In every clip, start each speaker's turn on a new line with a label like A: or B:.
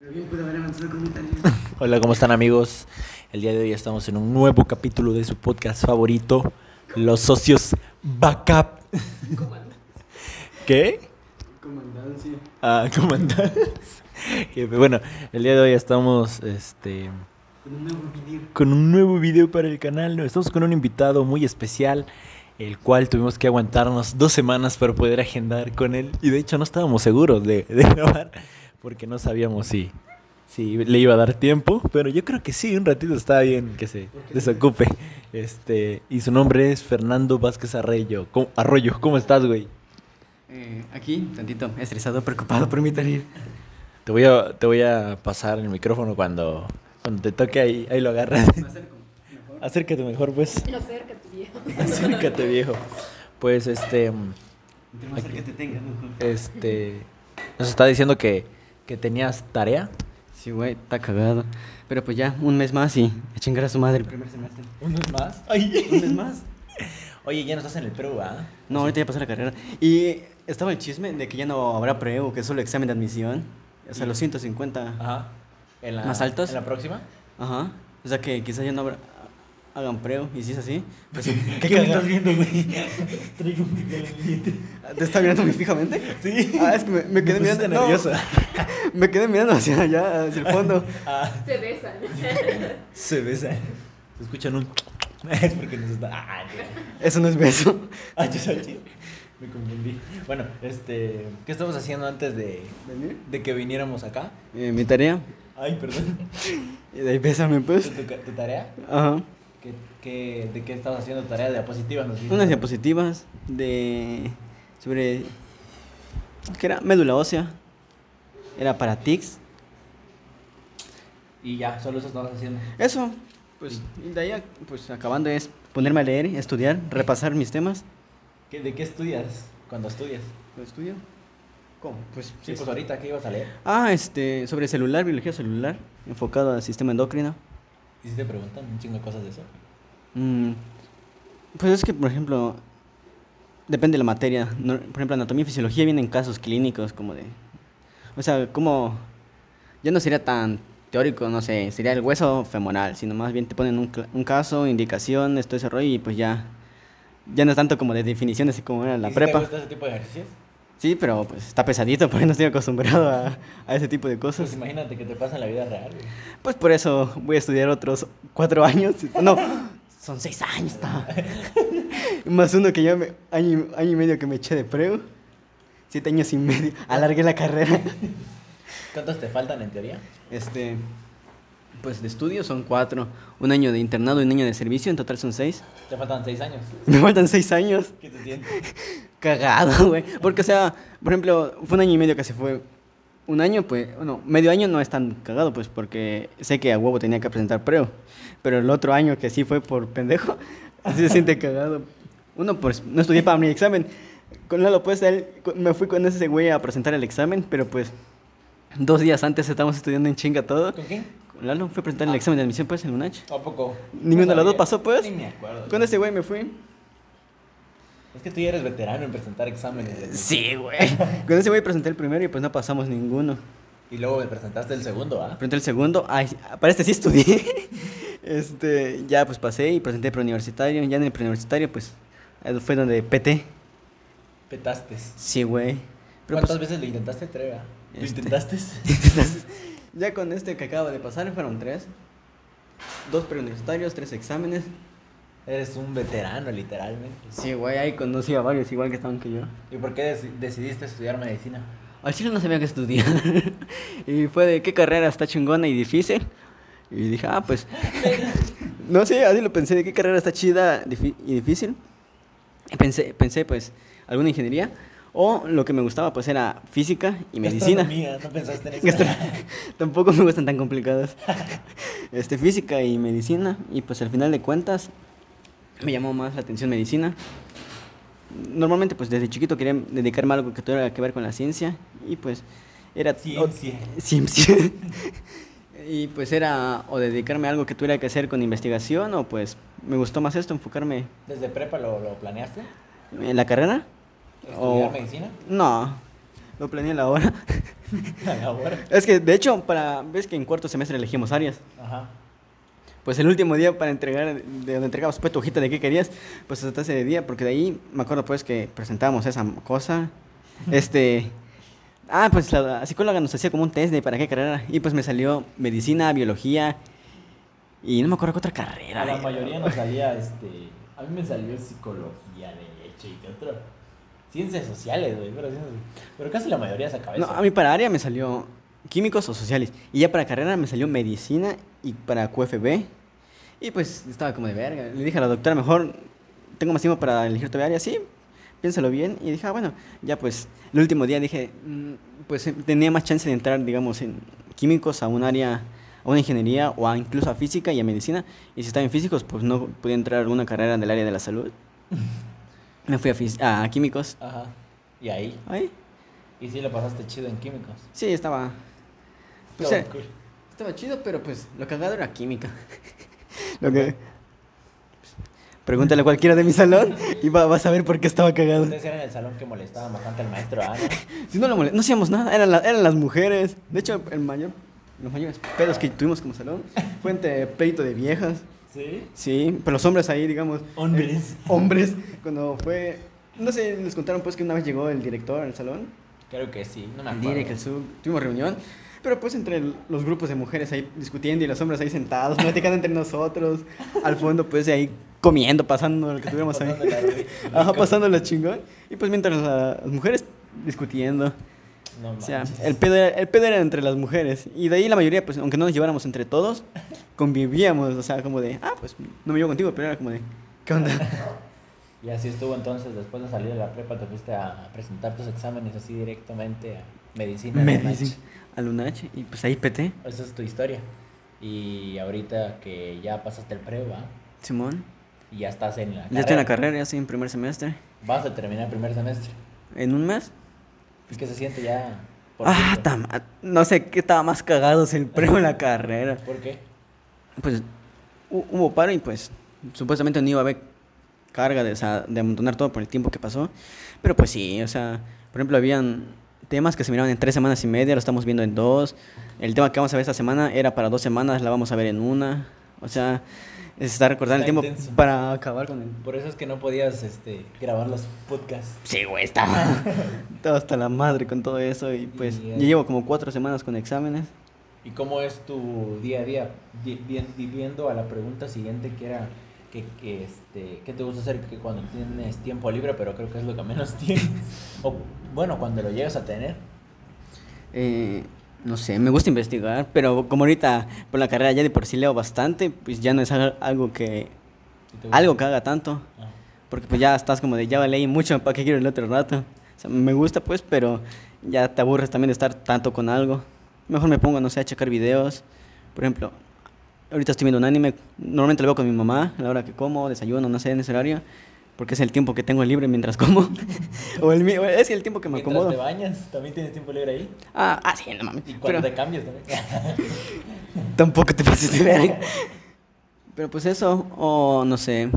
A: Bien, pude haber avanzado con mi tarea.
B: Hola, ¿cómo están amigos? El día de hoy estamos en un nuevo capítulo de su podcast favorito, Los Socios Backup. ¿Qué?
A: Comandancia.
B: Ah, comandantes. Que, Bueno, el día de hoy estamos este,
A: Con un nuevo video.
B: con un nuevo video para el canal. ¿no? Estamos con un invitado muy especial, el cual tuvimos que aguantarnos dos semanas para poder agendar con él. Y de hecho no estábamos seguros de, de grabar, porque no sabíamos si, si le iba a dar tiempo. Pero yo creo que sí, un ratito está bien que se desocupe. Este, y su nombre es Fernando Vázquez Arroyo. ¿Cómo, Arroyo, ¿cómo estás, güey?
A: Eh, aquí, tantito, estresado, preocupado por mi tarea.
B: Te voy a, te voy a pasar el micrófono cuando, cuando te toque ahí, ahí lo agarras.
A: Me acerco. Mejor.
B: Acércate mejor, pues.
C: Lo cerca tu viejo.
B: Acércate, viejo. Pues este.
A: Entre más cerca te tengas, mejor.
B: Este. Nos está diciendo que, que tenías tarea.
A: Sí, güey, está cagado. Pero pues ya, un mes más y a chingar a su madre el primer semestre.
B: ¿Unos más?
A: ¿Un mes más?
B: Oye, ya no estás en el Perú, ¿ah?
A: No, ahorita ya pasó la carrera. Y estaba el chisme de que ya no habrá preo, que es solo examen de admisión. O sea, los 150.
B: Ajá. ¿En la,
A: ¿Más altos?
B: ¿En la próxima?
A: Ajá. O sea, que quizás ya no habrá... Hagan preo, y si es así, pues,
B: ¿Qué, me estás viendo, güey? Traigo un
A: ¿Te está mirando muy fijamente?
B: Sí.
A: Ah, es que me, me quedé mirando. no,
B: nerviosa.
A: me quedé mirando hacia allá, hacia el fondo.
B: Ah,
C: Se besan.
B: se besan. Se escuchan un. es porque nos está. Ah, no.
A: Eso no es beso.
B: Ah, yo sabía. Me confundí. Bueno, este. ¿Qué estamos haciendo antes de,
A: ¿Venir?
B: de que viniéramos acá?
A: Eh, mi tarea.
B: Ay, perdón.
A: Y de ahí bésame,
B: ¿Tu,
A: pues.
B: tu- tu tarea?
A: Ajá.
B: ¿Qué, qué, de qué estabas haciendo tarea? ¿De diapositivas? nos dijiste?
A: Unas diapositivas de. sobre. ¿Qué era? Médula ósea. Era para tics.
B: Y ya, solo eso estabas haciendo.
A: Eso. Pues y de ahí, a- pues acabando es ponerme a leer, estudiar, repasar mis temas.
B: ¿Qué- ¿De qué estudias cuando estudias?
A: ¿Lo estudio? ¿Cómo? Pues
B: Sí,
A: es-
B: pues ahorita, ¿qué ibas a leer?
A: Ah, este. sobre celular, biología celular, enfocado al sistema endocrino.
B: ¿Y si te preguntan un chingo de cosas de eso?
A: Mm, pues es que, por ejemplo, depende de la materia. No- por ejemplo, anatomía y fisiología vienen casos clínicos como de... O sea, como... Ya no sería tan teórico, no sé, sería el hueso femoral, sino más bien te ponen un, cla- un caso, indicación, esto, ese rollo, y pues ya... Ya no es tanto como de definiciones así como era
B: ¿Y
A: la
B: si
A: prepa.
B: ¿Te gusta ese tipo de ejercicios?
A: Sí, pero pues está pesadito porque no estoy acostumbrado a, a ese tipo de
B: Pues
A: cosas.
B: imagínate que te pasa en la vida real. güey.
A: Pues por eso voy a estudiar otros cuatro años. No, son seis años. ta. Más uno que ya me, año, y- año y medio que me eché de preo. Siete años y medio. Alargué la carrera.
B: ¿Cuántos te faltan en teoría?
A: Este, pues de estudio son cuatro. Un año de internado y un año de servicio. En total son seis.
B: Te faltan seis años.
A: Me faltan seis años.
B: ¿Qué te sientes?
A: Cagado, güey. Porque, o sea, por ejemplo, fue un año y medio que se fue. Un año, pues, no, medio año no es tan cagado, pues, porque sé que a huevo tenía que presentar preo. Pero el otro año que sí fue por pendejo, así se siente cagado. Uno, pues, no estudié para mi examen. Con Lalo, pues, él, con- me fui con ese güey a presentar el examen, pero pues, dos días antes estábamos estudiando en chinga todo.
B: ¿Con quién?
A: Con Lalo fue a presentar el
B: Ah.
A: examen de admisión, pues, en UNACH.
B: ¿A poco?
A: Ninguno de los dos
B: sabía.
A: pasó, pues.
B: Ni me acuerdo.
A: Con ese güey me fui.
B: Es que tú ya eres veterano en presentar exámenes.
A: Sí, güey. Con ese güey presenté el primero y pues no pasamos ninguno.
B: Y luego me presentaste el segundo, ¿ah?
A: Presenté el segundo, ay, para este sí estudié. Este, ya pues pasé y presenté preuniversitario. Ya en el preuniversitario, pues eh, fue donde PT.
B: Petaste.
A: Sí, güey. Pero,
B: ¿Cuántas
A: pues,
B: veces lo intentaste, Treva? ¿Lo
A: Este-
B: intentaste?
A: pues, Ya con este que acabo de pasar fueron tres: dos preuniversitarios, tres exámenes.
B: Eres un veterano, literalmente.
A: Sí, güey, ahí conocí a varios igual que estaban que yo.
B: ¿Y por qué deci- decidiste estudiar medicina?
A: Al chile no sabía qué estudiar. y fue de qué carrera está chingona y difícil. Y dije, ah, pues. no sé, así lo pensé, de qué carrera está chida difi- y difícil. Y pensé, pensé, pues, alguna ingeniería. O lo que me gustaba, pues, era física y medicina.
B: Gastronomía, no pensaste en eso.
A: Gastro- Tampoco me gustan tan complicadas. Este, física y medicina. Y pues al final de cuentas, me llamó más la atención medicina. Normalmente, pues desde chiquito quería dedicarme a algo que tuviera que ver con la ciencia. Y pues era. o-
B: Ciencia.
A: Ciencia. y pues era o dedicarme a algo que tuviera que hacer con investigación, o pues me gustó más esto, enfocarme
B: ¿Desde prepa lo, lo planeaste?
A: en la carrera.
B: ¿Estudiar
A: O-
B: medicina?
A: No, lo planeé a la hora.
B: A la hora.
A: Es que, de hecho, para ves que en cuarto semestre elegimos áreas.
B: Ajá.
A: Pues el último día para entregar, de donde entregabas pues tu hojita de qué querías, pues hasta ese día, porque de ahí me acuerdo pues que presentábamos esa cosa. Este. Ah, pues la psicóloga nos hacía como un test de para qué carrera. Y pues me salió medicina, biología. Y no me acuerdo qué otra carrera.
B: A la
A: eh.
B: mayoría nos salía este. A mí me salió psicología de hecho y de otro. Ciencias sociales, güey. Pero, ciencias- pero casi la mayoría se acaba
A: No,
B: eso.
A: a mí para área me salió químicos o sociales. Y ya para carrera me salió medicina y para QFB. Y pues estaba como de verga. Le dije a la doctora, mejor tengo más tiempo para elegir todavía área. Sí, piénsalo bien. Y dije, ah, bueno, ya pues el último día dije, mm, pues eh, tenía más chance de entrar, digamos, en químicos a un área, a una ingeniería o a incluso a física y a medicina. Y si estaba en físicos, pues no podía entrar a alguna carrera del área de la salud. Me fui a, fis- a químicos.
B: Ajá. Y ahí.
A: Ay,
B: Y sí la pasaste chido en químicos.
A: sí, estaba... Pues,
B: Estaba
A: eh,
B: cool.
A: Estaba chido, pero pues lo cagado era química. lo que... Pregúntale a cualquiera de mi salón y va- vas a ver por qué estaba cagado.
B: Ustedes eran el salón que molestaba bastante al maestro, ¿ah? no?
A: Si no lo mole- no hacíamos nada, eran, la- eran las mujeres. De hecho, el mayor, los mayores pedos que tuvimos como salón fue entre peito de viejas.
B: ¿Sí?
A: Sí, pero los hombres ahí, digamos.
B: Hombres.
A: eh, hombres. Cuando fue. No sé, les contaron pues que una vez llegó el director al salón.
B: Creo que sí, no me
A: El
B: acuerdo.
A: Direc, el Sub, tuvimos reunión, pero pues entre el- los grupos de mujeres ahí discutiendo y los hombres ahí sentados, platicando entre nosotros, al fondo pues ahí comiendo, pasando lo que tuviéramos ahí,
B: Pasándola rico.
A: ajá, pues, pasándola chingón, y pues mientras la- las mujeres discutiendo,
B: No
A: o sea,
B: manches.
A: el pedo, era, el pedo era entre las mujeres, y de ahí la mayoría pues aunque no nos lleváramos entre todos, convivíamos, o sea, como de, ah, pues no me llevo contigo, pero era como de, ¿qué onda?
B: Y así estuvo entonces, después de salir de la prepa, te fuiste a presentar tus exámenes así directamente a medicina.
A: Me
B: de la
A: dicen, a Lunach, y pues ahí peté,
B: noche. Esa es tu historia. Y ahorita que ya pasaste el prueba
A: Simón,
B: y ya estás en la carrera.
A: ya estoy en la carrera, ya estoy en primer semestre.
B: Vas a terminar el primer semestre.
A: ¿En un mes?
B: ¿Y qué se siente ya? por
A: Ah,
B: dentro?
A: tam- no sé qué estaba más cagado si el premio en la carrera.
B: ¿Por qué?
A: Pues hu- hubo paro y pues supuestamente no iba a haber carga de, esa- de amontonar todo por el tiempo que pasó. Pero pues sí, o sea, por ejemplo, habían temas que se miraban en tres semanas y media, lo estamos viendo en dos. El tema que vamos a ver esta semana era para dos semanas, la vamos a ver en una. O sea, se está recortando el
B: Está
A: tiempo
B: intenso.
A: para acabar con el...
B: Por eso es que no podías este, grabar los podcasts.
A: Sí, güey, estaba estaba hasta la madre con todo eso y pues
B: Y, eh,
A: ya llevo como cuatro semanas con exámenes.
B: ¿Y cómo es tu día a día? Vi- vi- Viviendo a la pregunta siguiente que era que, que, este, ¿qué te gusta hacer que cuando tienes tiempo libre, pero creo que es lo que menos tienes? O bueno, cuando lo llegas a tener.
A: Eh, no sé, me gusta investigar, pero como ahorita por la carrera ya de por sí leo bastante, pues ya no es al- algo que
B: si te gusta.
A: algo que haga tanto,
B: Ah,
A: porque pues ya estás como de ya leí mucho, ¿para qué quiero el otro rato? O sea, me gusta pues, pero ya te aburres también de estar tanto con algo. Mejor me pongo, no sé, a checar videos. Por ejemplo, ahorita estoy viendo un anime, normalmente lo veo con mi mamá, a la hora que como, desayuno, no sé, en ese horario, porque es el tiempo que tengo libre mientras como. o el, mío, es el tiempo que me
B: Mientras
A: acomodo.
B: te bañas, también tienes tiempo libre ahí.
A: Ah, ah, sí, no mames.
B: Y
A: pero-
B: cuando te cambias también.
A: Tampoco te pases de verga. Pero pues eso, o no sé.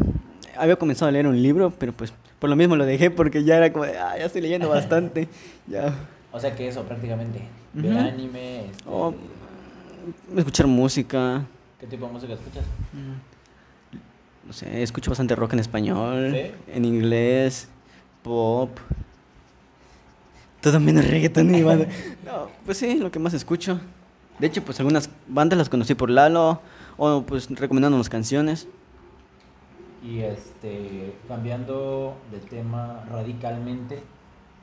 A: Había comenzado a leer un libro, pero pues por lo mismo lo dejé porque ya era como, de, ah, ya estoy leyendo bastante. ya.
B: o sea que eso prácticamente. Ver
A: Ujú.
B: anime. este,
A: O escuchar música.
B: ¿Qué tipo de música escuchas?
A: No sé, escucho bastante rock en español,
B: ¿Sí?
A: en inglés, pop. Todo menos reggaetón y banda. No, pues sí, lo que más escucho. De hecho, pues algunas bandas las conocí por Lalo o pues recomendándonos canciones.
B: Y este, cambiando de tema radicalmente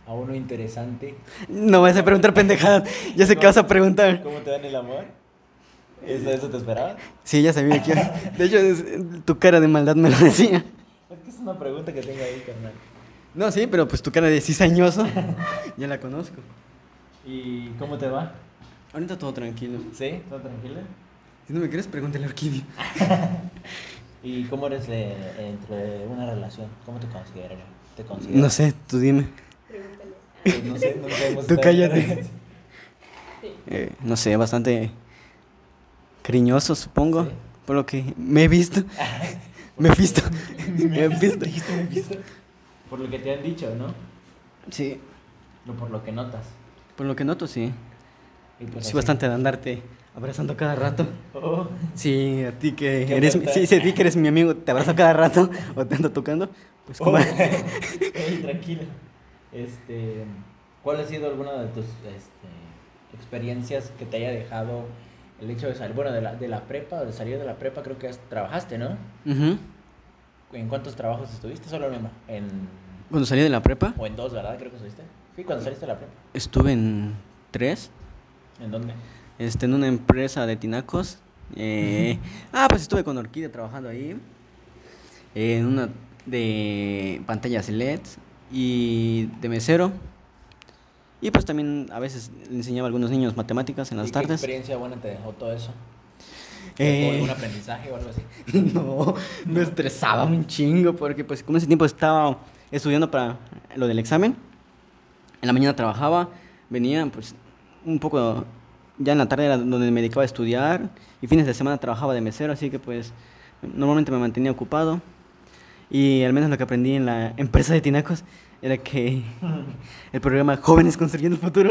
B: a uno interesante.
A: No vas a preguntar pendejadas. Ya sé que vas a preguntar.
B: ¿Cómo te dan el amor? ¿Eso, eso te esperaba?
A: Sí, ya sabía que. De hecho, es- tu cara de maldad me lo decía.
B: Es que es una pregunta que tengo ahí, carnal.
A: No, sí, pero pues tu cara de cizañoso. Ya la conozco.
B: ¿Y cómo te va?
A: Ahorita todo tranquilo.
B: ¿Sí? ¿Todo tranquilo?
A: Si no me quieres, pregúntale a Orquídea.
B: ¿Y cómo eres de- entre una relación? ¿Cómo te consideras? ¿Te consideras?
A: No sé, tú dime.
B: Pues no sé, no sabemos
A: Tú
B: estar-
A: cállate. Eh, no sé, bastante cariñoso, supongo.
B: Sí.
A: Por lo que me he visto. me he visto. me he visto.
B: Dijiste, me viste. Por lo que te han dicho, ¿no?
A: Sí,
B: No por lo que notas. pues
A: por lo que noto, sí. Pues Sí, bastante de andarte abrazando cada rato.
B: Oh,
A: Sí, a ti que
B: Qué
A: eres, mi-
B: falta.
A: sí, sí, a ti que eres mi amigo, te abrazo cada rato o te ando tocando. Pues como-
B: Oh. Ey, tranquila. Este, ¿Cuál ha sido alguna de tus este, experiencias que te haya dejado el hecho de salir, bueno, de la, de la prepa, de salir de la prepa creo que has- trabajaste, ¿no?
A: Ujú.
B: ¿En cuántos trabajos estuviste? Solo en uno. En,
A: Cuando salí de la prepa,
B: o en dos, ¿verdad? Creo que estuviste. Sí, cuando saliste de la prepa.
A: estuve en tres,
B: ¿En dónde?
A: este, en una empresa de tinacos. Eh, ah, pues estuve con Orquídea trabajando ahí, en una de pantallas LED y de mesero. Y pues también a veces le enseñaba a algunos niños matemáticas en
B: ¿Y
A: las
B: qué
A: tardes.
B: experiencia buena te dejó todo eso?
A: Eh,
B: ¿O algún aprendizaje o algo así?
A: No, me estresaba un chingo porque pues como ese tiempo estaba estudiando para lo del examen, en la mañana trabajaba, venía pues un poco, ya en la tarde era donde me dedicaba a estudiar y fines de semana trabajaba de mesero, así que pues normalmente me mantenía ocupado y al menos lo que aprendí en la empresa de Tinacos era que el programa Jóvenes Construyendo el Futuro,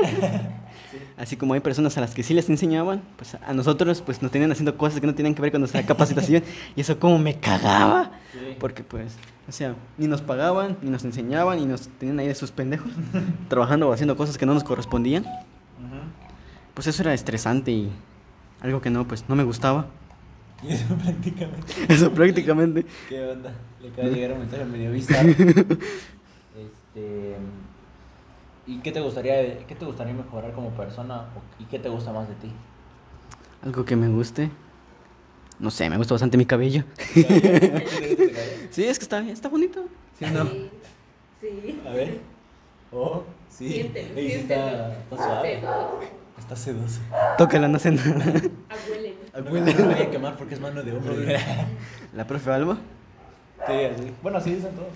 A: así como hay personas a las que sí les enseñaban, pues a nosotros pues nos tenían haciendo cosas que no tenían que ver con nuestra capacitación y eso como me cagaba,
B: Sí.
A: porque pues, o sea, ni nos pagaban, ni nos enseñaban, ni nos tenían ahí de sus pendejos, trabajando o haciendo cosas que no nos correspondían,
B: Ujú.
A: pues eso era estresante y algo que no, pues no me gustaba,
B: Y eso prácticamente.
A: eso prácticamente.
B: ¿Qué onda? Le acaba de llegar un mensaje medio bizarro. este. ¿Y qué te gustaría, qué te gustaría mejorar como persona o- y qué te gusta más de ti?
A: Algo que me guste. No sé, me gusta bastante mi cabello. Sí, es que está bien, está bonito.
B: ¿Sí o no?
C: Sí. Sí.
B: A ver. Oh, sí.
C: Siéntelo,
B: Ey, sí
C: siéntelo.
B: está, está suave.
C: Sedoso.
B: Está sedoso.
A: Tócala, no sé nada.
C: Abuelen.
B: No, no me voy a quemar porque es mano de hombre.
A: La profe Alba.
B: Sí, así. Bueno, así dicen todos.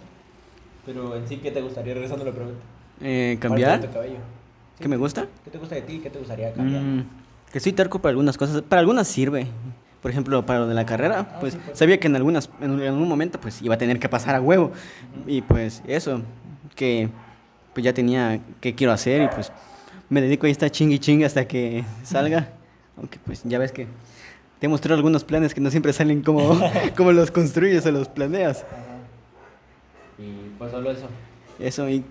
B: Pero en sí, ¿qué te gustaría? Regresando a la pregunta.
A: eh,
B: Parte de tu
A: cambiar.
B: cabello.
A: ¿Qué me gusta?
B: ¿Qué te gusta de ti? ¿Qué te gustaría cambiar?
A: Mm, que soy terco para algunas cosas. Para algunas sirve. Por ejemplo, para lo de la carrera,
B: Ah,
A: pues
B: sí, pues.
A: sabía que en algunas, en un- en algún momento, pues iba a tener que pasar a huevo. Y pues eso, que pues ya tenía qué quiero hacer y pues me dedico a estar chingui chingue hasta que salga. Aunque pues ya ves que te he mostrado algunos planes que no siempre salen como, como los construyes o los planeas.
B: Ajá. Y pues solo eso.
A: Eso, ¿y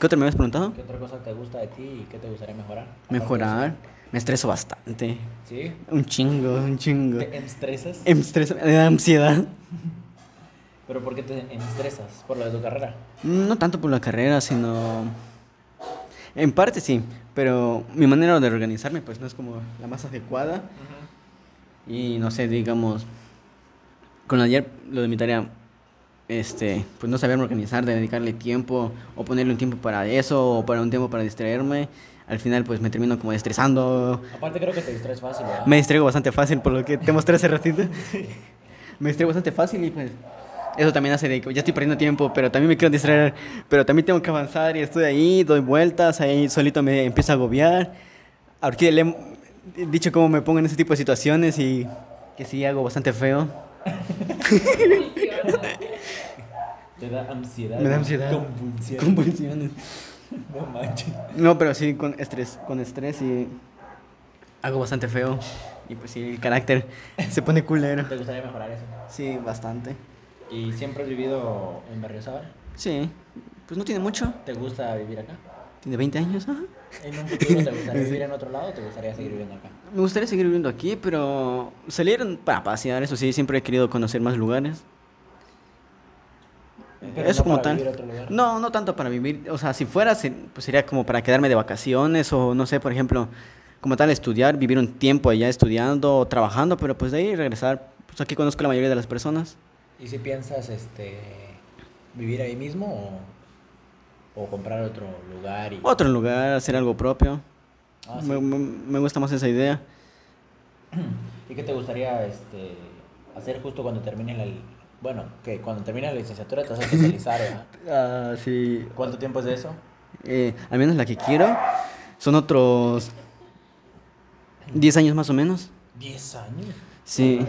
A: qué otra me habías preguntado?
B: ¿Qué otra cosa te gusta de ti y qué te gustaría mejorar? Aparte de
A: Mejorar. Me estreso bastante.
B: eso. ¿Sí?
A: Un chingo, un chingo.
B: ¿Te estresas?
A: Em, Estreso, me da ansiedad.
B: ¿Pero por qué te estresas? ¿Por lo de tu carrera?
A: No tanto por la carrera, sino... En parte sí, pero mi manera de organizarme pues no es como la más adecuada. Y no sé, digamos, con ayer lo de mi tarea, este, pues no saberme organizar, de dedicarle tiempo o ponerle un tiempo para eso o para un tiempo para distraerme. Al final pues me termino como estresando,
B: Aparte creo que te distraes fácil, ¿verdad?
A: Me distraigo bastante fácil, por lo que te mostré hace ratito. Me distraigo bastante fácil y pues eso también hace de que ya estoy perdiendo tiempo, pero también me quiero distraer, pero también tengo que avanzar y estoy ahí, doy vueltas, ahí solito me empiezo a agobiar. A Orquídea le he dicho cómo me pongo en ese tipo de situaciones y que sí hago bastante feo.
C: Funciona.
B: Te da ansiedad.
A: Me da ansiedad.
B: Convulsión.
A: Convulsiones.
B: No manches.
A: No, pero sí con estrés, con estrés y hago bastante feo y pues sí el carácter se pone culero.
B: ¿Te gustaría mejorar eso?
A: Sí, bastante.
B: ¿Y siempre has vivido en Berriozábal?
A: Sí, pues no tiene mucho.
B: ¿Te gusta vivir acá?
A: Tiene 20 años, ajá.
B: ¿En un futuro te gustaría vivir en otro lado o te gustaría seguir viviendo acá?
A: Me gustaría seguir viviendo aquí, pero salir para pasear, eso sí, siempre he querido conocer más lugares. Eh,
B: Pero
A: eso
B: no
A: como
B: para
A: tal.
B: vivir a otro lugar.
A: No, no tanto para vivir. O sea, si fuera, se- pues sería como para quedarme de vacaciones o no sé, por ejemplo, como tal estudiar, vivir un tiempo allá estudiando o trabajando, pero pues de ahí regresar. Pues aquí conozco a la mayoría de las personas.
B: ¿Y si piensas este vivir ahí mismo o, o comprar otro lugar y
A: Otro lugar, hacer algo propio.
B: Ah, sí.
A: Me- me- me gusta más esa idea.
B: ¿Y qué te gustaría este hacer justo cuando termines la li- bueno, que cuando termines la licenciatura te vas a especializar, ¿verdad?
A: Ah, sí,
B: ¿Cuánto tiempo es de eso?
A: Eh, al menos la que quiero, son otros 10 años más o menos.
B: 10 años.
A: Sí,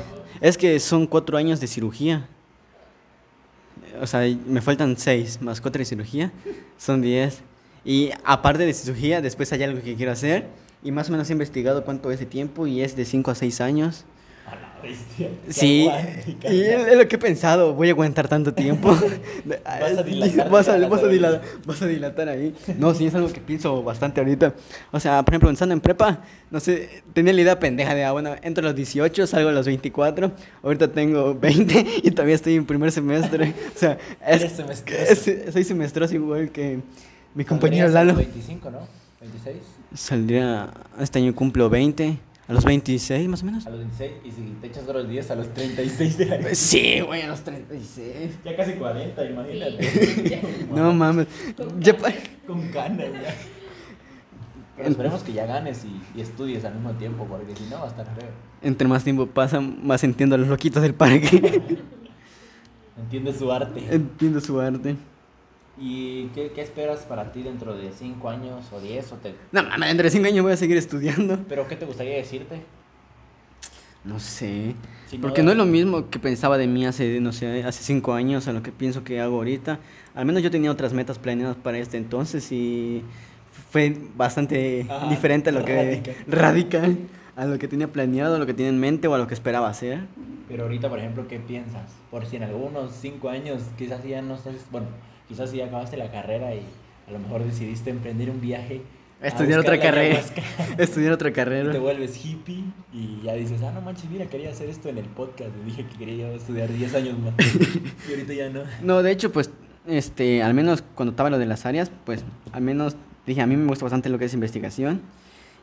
A: es que son 4 años de cirugía. O sea, me faltan 6 más 4 de cirugía, son 10. Y aparte de cirugía, después hay algo que quiero hacer, y más o menos he investigado cuánto es de tiempo y es de 5 a 6 años.
B: A la bestia. Que
A: Sí,
B: aguante,
A: y
B: carnal.
A: es lo que he pensado, voy a aguantar tanto tiempo.
B: a dilatar,
A: vas, a,
B: dilatar
A: vas a
B: ahí.
A: dilatar, vas a dilatar ahí. No, sí, es algo que pienso bastante ahorita. O sea, por ejemplo, pensando en prepa, no sé, tenía la idea pendeja de, ah, bueno, entro a los 18, salgo a los 24, ahorita tengo 20 y todavía estoy en primer semestre. O sea, es-
B: Eres semestroso.
A: es- soy semestroso igual que mi
B: Saldrías
A: compañero
B: a los
A: Lalo.
B: 25, ¿no? 26.
A: Saldría, este año cumplo 20, a los 26 más o menos.
B: A los 26. Y si te echas otros 10, a los 36 de año.
A: Sí, güey, a los 36.
B: Ya casi 40, imagínate.
A: No mames.
C: Con
A: Ya
C: ganas.
A: pa-
B: Con canas, ya. Pero esperemos que ya ganes y, y estudies al mismo tiempo, porque si no va a estar feo.
A: Entre más tiempo pasa, más entiendo a los loquitos del parque.
B: Entiendes su arte.
A: entiendo su arte.
B: ¿Y qué, qué esperas para ti dentro de 5 años o 10? O te...
A: No mames, entre 5 años voy a seguir estudiando.
B: ¿Pero qué te gustaría decirte?
A: No sé.
B: Si
A: Porque no es lo mismo que pensaba de mí hace, no sé, hace 5 años a lo que pienso que hago ahorita. Al menos yo tenía otras metas planeadas para este entonces y fue bastante
B: Ajá,
A: diferente a lo que...
B: radical.
A: Radical. A lo que tenía planeado, a lo que tenía en mente o a lo que esperaba hacer.
B: Pero ahorita, por ejemplo, ¿qué piensas? Por si en algunos cinco años quizás ya no estás, bueno, quizás ya acabaste la carrera y a lo mejor decidiste emprender un viaje. a
A: Estudiar otra
B: buscar la
A: carrera.
B: ayahuasca.
A: Estudiar otra
B: Y
A: carrera.
B: te vuelves hippie y ya dices, ah, no manches, mira, quería hacer esto en el podcast. Le dije que quería yo estudiar 10 años más. y ahorita ya no.
A: No, de hecho, pues, este, al menos cuando estaba lo de las áreas, pues, al menos dije, a mí me gusta bastante lo que es investigación.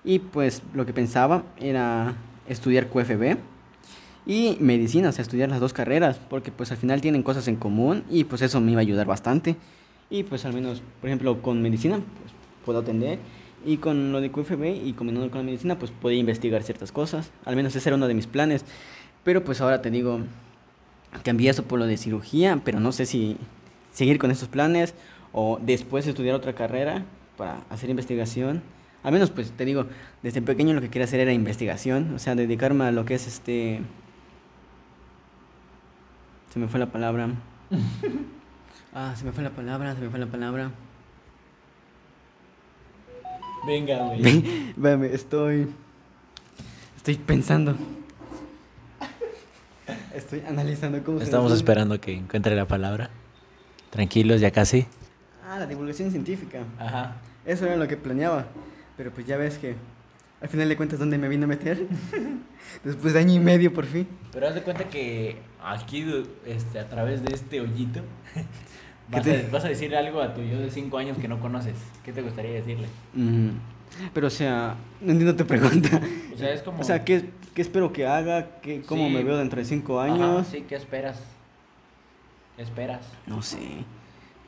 A: Y pues, lo que pensaba era estudiar QFB y medicina, o sea, estudiar las dos carreras, porque pues al final tienen cosas en común y pues eso me iba a ayudar bastante. Y pues al menos, por ejemplo, con medicina, pues puedo atender. Y con lo de QFB y combinando con la medicina, pues podía investigar ciertas cosas. Al menos ese era uno de mis planes. Pero pues ahora te digo, cambié eso por lo de cirugía, pero no sé si seguir con esos planes o después estudiar otra carrera para hacer investigación. Al menos, pues te digo, desde pequeño lo que quería hacer era investigación, o sea, dedicarme a lo que es este. Se me fue la palabra. Ah, se me fue la palabra, se me fue la palabra.
B: Venga, güey.
A: Espérame, estoy. Estoy pensando. Estoy analizando cómo se me
B: Estamos
A: fue.
B: esperando que encuentre la palabra. Tranquilos, ya casi.
A: Ah, la divulgación científica.
B: Ajá.
A: Eso era lo que planeaba. Pero pues ya ves que al final le cuentas dónde me vine a meter. Después de año y medio por fin.
B: Pero haz de cuenta que aquí, du- este, a través de este hoyito,
A: ¿Qué
B: vas,
A: te-
B: a, vas a decir algo a tu yo de 5 años que no conoces. ¿Qué te gustaría decirle?
A: Pero o sea, no entiendo tu pregunta.
B: O sea, es como-
A: O sea, ¿qué, qué espero que haga? ¿Qué, ¿Cómo
B: Sí.
A: me veo dentro de cinco
B: Ajá,
A: años?
B: sí, ¿qué esperas? ¿Qué esperas?
A: No sé.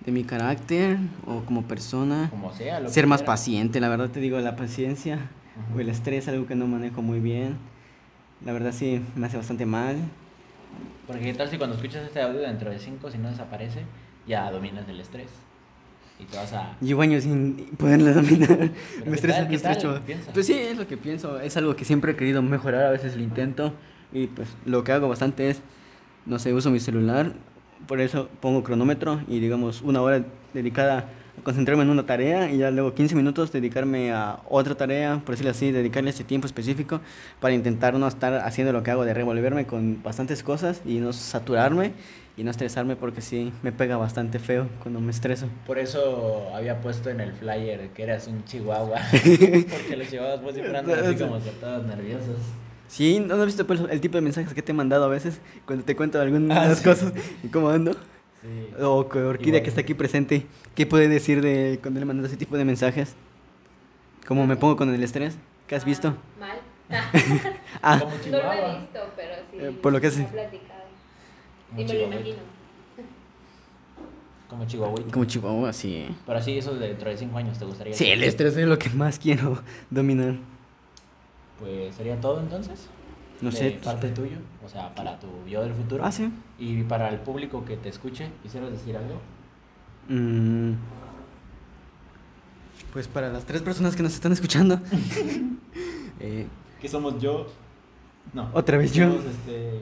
A: ¿De mi carácter o como persona?
B: Como sea. lo que
A: Ser más
B: quieras.
A: paciente, la verdad te digo, la paciencia
B: Ujú.
A: o el estrés, algo que no manejo muy bien. La verdad sí, me hace bastante mal.
B: Porque qué tal si cuando escuchas este audio dentro de 5, si no desaparece, ya dominas el estrés. Y te vas a...
A: Llevo años sin poderla dominar.
B: ¿qué
A: Me estresa,
B: tal?
A: me
B: ¿Qué tal?
A: estreso.
B: Piensa.
A: Pues sí, es lo que pienso. Es algo que siempre he querido mejorar. A veces lo intento. Y pues lo que hago bastante es, no sé, uso mi celular. Por eso pongo cronómetro y digamos una hora dedicada a concentrarme en una tarea y ya luego 15 minutos dedicarme a otra tarea, por decirlo así, dedicarle ese tiempo específico para intentar no estar haciendo lo que hago de revolverme con bastantes cosas y no saturarme y no estresarme porque sí me pega bastante feo cuando me estreso.
B: Por eso había puesto en el flyer que eras un chihuahua. Porque los chihuahuas pues siempre andan así como que todos nerviosos.
A: Sí, ¿no has visto pues, el tipo de mensajes que te he mandado a veces cuando te cuento algunas
B: Ah, sí.
A: cosas y cómo ando?
B: Sí.
A: O que Orquídea
B: Igual.
A: que está aquí presente, ¿qué puede decir de cuando le mandas ese tipo de mensajes? ¿Cómo me pongo con el estrés? ¿Qué has visto?
C: Ah, Mal.
A: Ah,
B: Como
C: No lo he
B: chihuahua.
C: visto, pero sí.
A: Eh, por lo que
C: se ha
A: hace.
C: platicado.
B: Como
C: Y me lo
B: chihuahuita.
C: imagino.
B: Como chihuahuita.
A: como Chihuahua, sí.
B: Pero sí, eso dentro de 5 años te gustaría.
A: Sí, el estrés es lo que más quiero dominar.
B: Pues sería todo entonces.
A: No
B: De
A: sé. tus-
B: parte tuyo, o sea, para tu yo del futuro.
A: Ah, sí.
B: Y para el público que te escuche, quisieras decir algo.
A: Mm, pues para las tres personas que nos están escuchando, eh,
B: Que somos yo. No.
A: Otra vez yo.
B: Somos, este.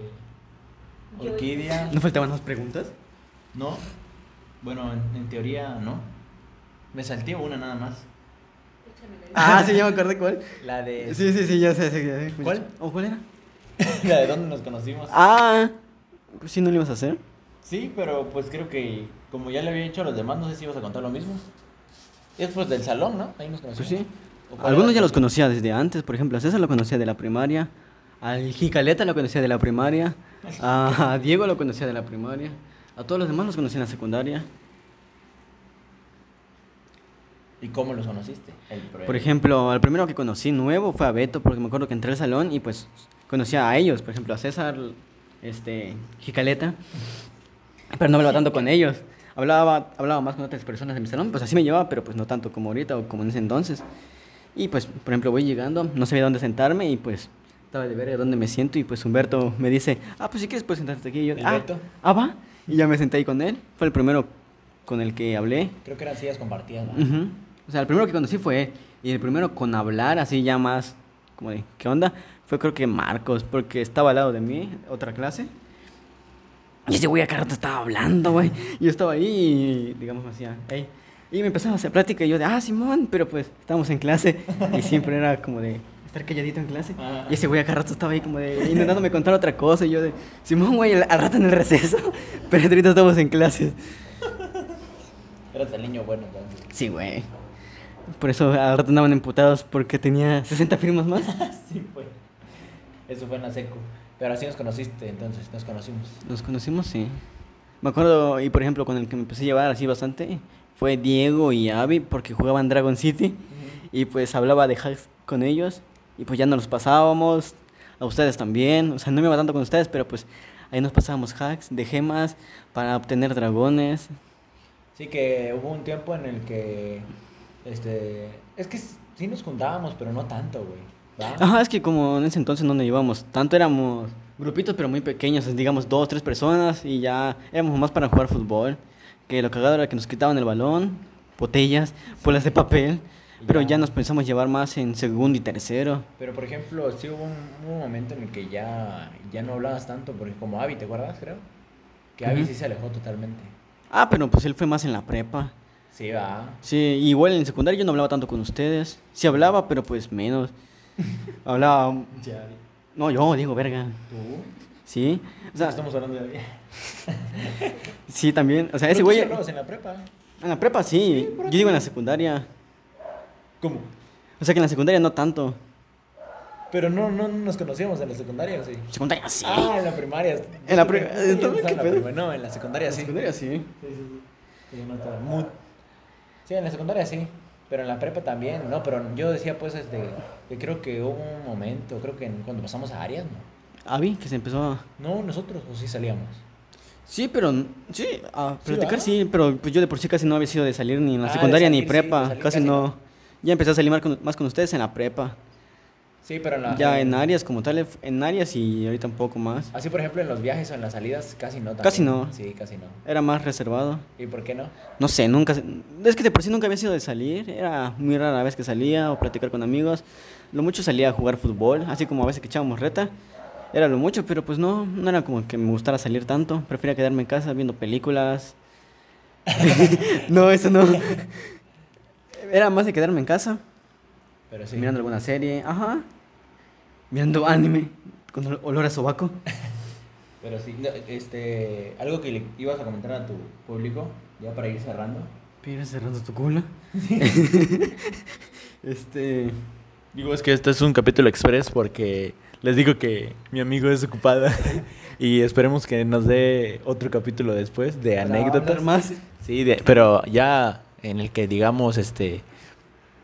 C: Yo.
B: Orquídea.
A: ¿no faltaban más preguntas?
B: No. Bueno, en, en teoría no. Me salté una nada más.
C: se me la
A: Ah, sí, ya me acordé cuál.
B: La de.
A: Sí, sí, sí, ya sé. sé, ya sé.
B: Eh, ¿Cuál?
A: ¿O cuál era?
B: La de dónde nos conocimos.
A: Ah, pues sí, no lo ibas a hacer.
B: Sí, pero pues creo que como ya le había hecho a los demás, no sé si ibas a contar lo mismo. Es pues del salón, ¿no? Ahí nos conocimos.
A: Pues sí.
B: ¿O cuál
A: Algunos
B: era?
A: ya los conocía desde antes, por ejemplo, a César lo conocía de la primaria, al Jicaleta lo conocía de la primaria, a a Diego lo conocía de la primaria, a todos los demás los conocía en la secundaria.
B: ¿Y cómo los conociste? El
A: Por ejemplo, al primero que conocí nuevo fue a Beto, porque me acuerdo que entré al salón y pues conocía a ellos, por ejemplo, a César, este, Jicaleta, pero no hablaba tanto con ellos. Hablaba, hablaba más con otras personas de mi salón, pues así me llevaba, pero pues no tanto como ahorita o como en ese entonces. Y pues, por ejemplo, voy llegando, no sabía dónde sentarme y pues estaba de ver a dónde me siento y pues Humberto me dice, ah, pues si quieres pues sentarte aquí. Y yo,
B: ¿El
A: ah,
B: Beto?
A: ah, va. Y ya me senté ahí con él. Fue el primero con el que hablé.
B: Creo que eran sillas compartidas, ¿no?
A: Ujú. O sea, el primero que conocí fue él. Y el primero con hablar así ya más, como de, ¿qué onda? Fue creo que Marcos, porque estaba al lado de mí, otra clase. Y ese güey acá rato estaba hablando, güey. Y Yo estaba ahí y, digamos, me hacía, "Ey". Y me empezaba a hacer plática y yo de, ah, Simón, pero pues estábamos en clase. Y siempre era como de estar calladito en clase.
B: Ah.
A: Y ese güey acá rato estaba ahí como de intentándome contar otra cosa. Y yo de, Simón, güey, al al rato en el receso. Pero ahorita estamos en clases.
B: Eras el niño bueno, entonces.
A: Sí, güey. Por eso al rato andaban emputados porque tenía 60 firmas más.
B: sí, fue. Eso fue en la secu. Pero así nos conociste, entonces, nos conocimos.
A: Nos conocimos, sí. Me acuerdo, y por ejemplo, con el que me empecé a llevar así bastante, fue Diego y Abby porque jugaban Dragon City y pues hablaba de hacks con ellos y pues ya nos los pasábamos, a ustedes también, o sea, no me iba tanto con ustedes, pero pues ahí nos pasábamos hacks de gemas para obtener dragones.
B: Sí que hubo un tiempo en el que, este, es que s- sí nos juntábamos, pero no tanto, güey. ¿va?
A: Ajá, es que como en ese entonces no nos llevábamos tanto, éramos grupitos pero muy pequeños, digamos dos, tres personas y ya éramos más para jugar fútbol, que lo cagado era que nos quitaban el balón, botellas, bolas de papel, pero
B: Ya.
A: ya nos pensamos llevar más en segundo y tercero.
B: Pero por ejemplo, sí hubo un, un momento en el que ya, ya no hablabas tanto, porque como Avi, ¿te acuerdas, creo? Que Avi
A: Ujú.
B: sí se alejó totalmente.
A: Ah, pero pues él fue más en la prepa.
B: Sí, va.
A: Sí, igual en secundaria yo no hablaba tanto con ustedes. Sí hablaba, pero pues menos. hablaba...
B: Ya,
A: No, yo digo, verga.
B: ¿Tú?
A: Sí. O sea,
B: Estamos hablando de Avi.
A: sí también. O sea, ese
B: Pero tú sí
A: güey...
B: hablabas en la prepa.
A: En la prepa sí. Yo digo en la secundaria.
B: ¿Cómo?
A: O sea que en la secundaria no tanto.
B: Pero no, no nos conocíamos en la secundaria, ¿o sí?
A: Secundaria sí.
B: Ah, en la primaria.
A: En la prim-
B: Sí, sí,
A: ¿Entonces
B: en
A: qué
B: la
A: pedo?
B: prima- No, en la secundaria
A: sí.
B: sí. Sí, sí, sí. Sí, no estaba muy- Sí, en la secundaria sí, pero en la prepa también, ¿no? Pero yo decía, pues, este, que creo que hubo un momento, creo que en- cuando pasamos a Arias, ¿no?
A: Avi, que se empezó a...
B: No, nosotros, o sí salíamos.
A: Sí, pero... n- Sí, a
B: Sí,
A: platicar
B: ¿va?
A: sí, pero pues yo de por sí casi no había sido de salir ni en la
B: Ah, de
A: secundaria ni
B: salir, sí, de
A: prepa.
B: salir
A: casi
B: casi
A: no.
B: no.
A: Ya empecé a salir más con, más con ustedes en la prepa.
B: Sí, pero en la...
A: ya en áreas como tal, en áreas y ahorita un poco más.
B: Así, por ejemplo, en los viajes o en las salidas, casi no.
A: Casi
B: también.
A: no.
B: Sí, casi no.
A: Era más reservado.
B: ¿Y por qué no?
A: No sé, nunca... se- Es que de por sí nunca había sido de salir. Era muy rara la vez que salía o platicar con amigos. Lo mucho salía a jugar fútbol, así como a veces que echábamos reta. Era lo mucho, pero pues no, no era como que me gustara salir tanto. Prefería quedarme en casa viendo películas. no, eso no. Era más de quedarme en casa,
B: Pero sí.
A: mirando alguna serie, ajá. Mirando anime, con ol- olor a sobaco.
B: Pero sí, no, este, algo que le ibas a comentar a tu público, ya para ir cerrando.
A: Pero cerrando tu culo. este...
B: Digo, es que este es un capítulo express porque les digo que mi amigo es ocupada y esperemos que nos dé otro capítulo después de anécdotas.
A: Hablar más.
B: Sí, de- pero ya en el que digamos, este,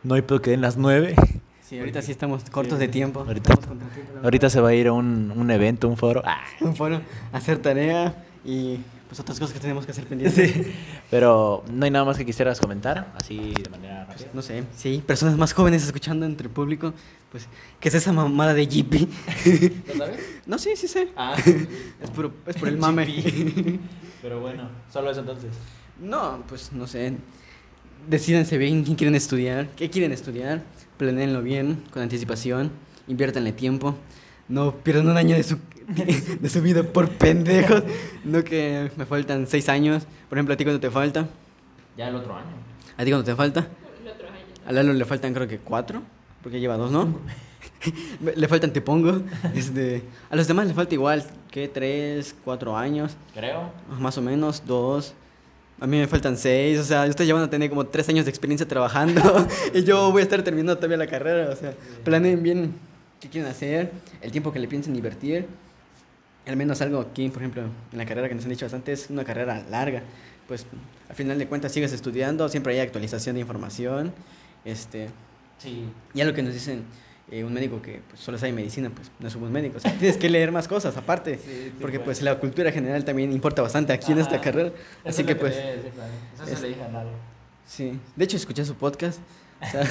B: no hay pedo que den las nueve.
A: Sí, ahorita sí estamos cortos de tiempo.
B: Ahorita,
A: Estamos contra el tiempo, la
B: ahorita se va a ir a un, un evento, un foro. Ah,
A: verdad. Fueron a hacer tarea y pues otras cosas que tenemos que hacer pendientes.
B: pero no hay nada más que quisieras comentar, así de manera rápida.
A: No sé, sí, personas más jóvenes escuchando entre el público, pues, ¿qué es esa mamada de Jeepy?
B: ¿Lo sabes?
A: no, sí, sí sé.
B: Ah,
A: Es, puro, es por el mame.
B: pero bueno, solo eso entonces.
A: no, pues no sé. Decídense bien quién quieren estudiar, qué quieren estudiar, planeenlo bien, con anticipación, inviértanle tiempo, no pierdan un año de su, de su vida por pendejos, no que me faltan seis años, por ejemplo, a ti cuando te falta,
B: Ya el otro año.
A: a ti cuando te falta,
C: El otro año.
A: a A Lalo le faltan creo que cuatro, porque lleva dos, ¿no? le faltan Te Pongo. Este, a los demás le falta igual, que tres, cuatro años,
B: Creo.
A: más o menos, dos. A mí me faltan seis, o sea, ustedes ya van a tener como tres años de experiencia trabajando y yo voy a estar terminando todavía la carrera, o sea, planeen bien qué quieren hacer, el tiempo que le piensen invertir. Al menos algo aquí, por ejemplo, en la carrera que nos han dicho bastante, es una carrera larga. Pues al final de cuentas sigues estudiando, siempre hay actualización de información. Este,
B: Sí.
A: ya lo que nos dicen eh, un médico que pues, solo sabe medicina, pues no somos médicos. O sea, tienes que leer más cosas aparte, porque pues la cultura general también importa bastante aquí en esta
B: Ajá.
A: carrera. Así que pues...
B: Eso
A: se es- le
B: dije a Lalo.
A: Sí, de hecho escuché su podcast. O sea,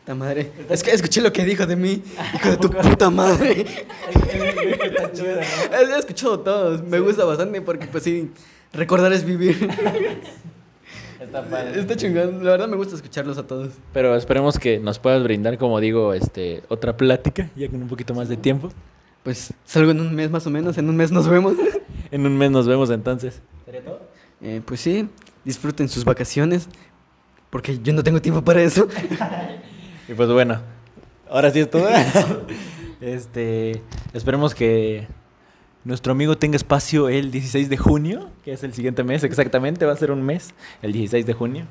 A: puta madre. Es que escuché lo que dijo de mí. Hijo de tu puta madre. He escuchado todos. Me gusta bastante porque, pues sí, recordar es vivir.
B: Está
A: Está chingón. La verdad me gusta escucharlos a todos.
B: Pero esperemos que nos puedas brindar, como digo, este, otra plática, ya con un poquito más de tiempo.
A: Pues salgo en un mes más o menos. En un mes nos vemos.
B: En un mes nos vemos entonces.
A: Eh, pues sí, disfruten sus vacaciones. Porque yo no tengo tiempo para eso.
B: Y pues bueno, ahora sí es todo. este, esperemos que nuestro amigo tenga espacio el 16 de junio, que es el siguiente mes exactamente, va a ser un mes, el 16 de junio.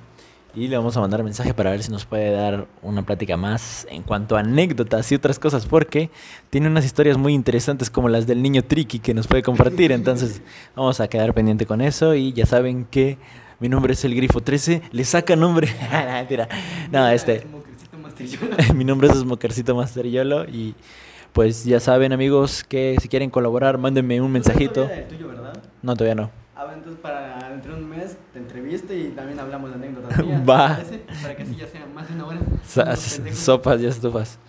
B: Y le vamos a mandar mensaje para ver si nos puede dar una plática más en cuanto a anécdotas y otras cosas, porque tiene unas historias muy interesantes como las del niño Triki que nos puede compartir. Entonces vamos a quedar pendiente con eso y ya saben que mi nombre es el Grifo 13, le saca nombre. Mentira. No, este. Mi nombre es Smokercito Master Yolo y pues ya saben amigos que si quieren colaborar mándenme un mensajito. No, todavía no.
A: Ah, bueno, entonces para entre un mes te entrevisto y también hablamos de anécdotas. mías,
B: Va.
A: ¿te parece? Para que así ya sea más de una hora.
B: Sa-
A: Unos pendejos.
B: sopas y estufas.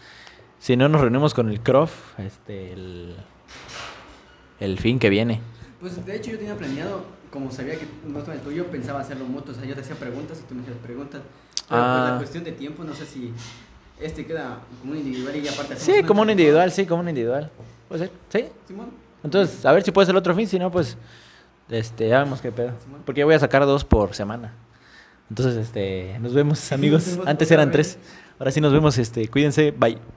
B: Si no nos reunimos con el Crof, este el, el fin que viene.
A: Pues de hecho yo tenía planeado, como sabía que no estaba el tuyo, pensaba hacerlo mutuo. O sea, yo te hacía preguntas y tú me hacías preguntas. Pero
B: Ah.
A: por la cuestión de tiempo, no sé si este queda como un individual y ya aparte. hacemos
B: Sí,
A: una
B: como un
A: entrevista.
B: individual, sí, como un individual. Puede ser, sí.
A: Simón.
B: Entonces, a ver si puede ser el otro fin, si no, pues, este, ya vemos qué pedo. Porque yo voy a sacar dos por semana. Entonces, este, nos vemos, amigos.
A: nos vemos
B: Antes
A: otra
B: eran
A: vez.
B: tres. Ahora sí nos vemos, este, cuídense, bye.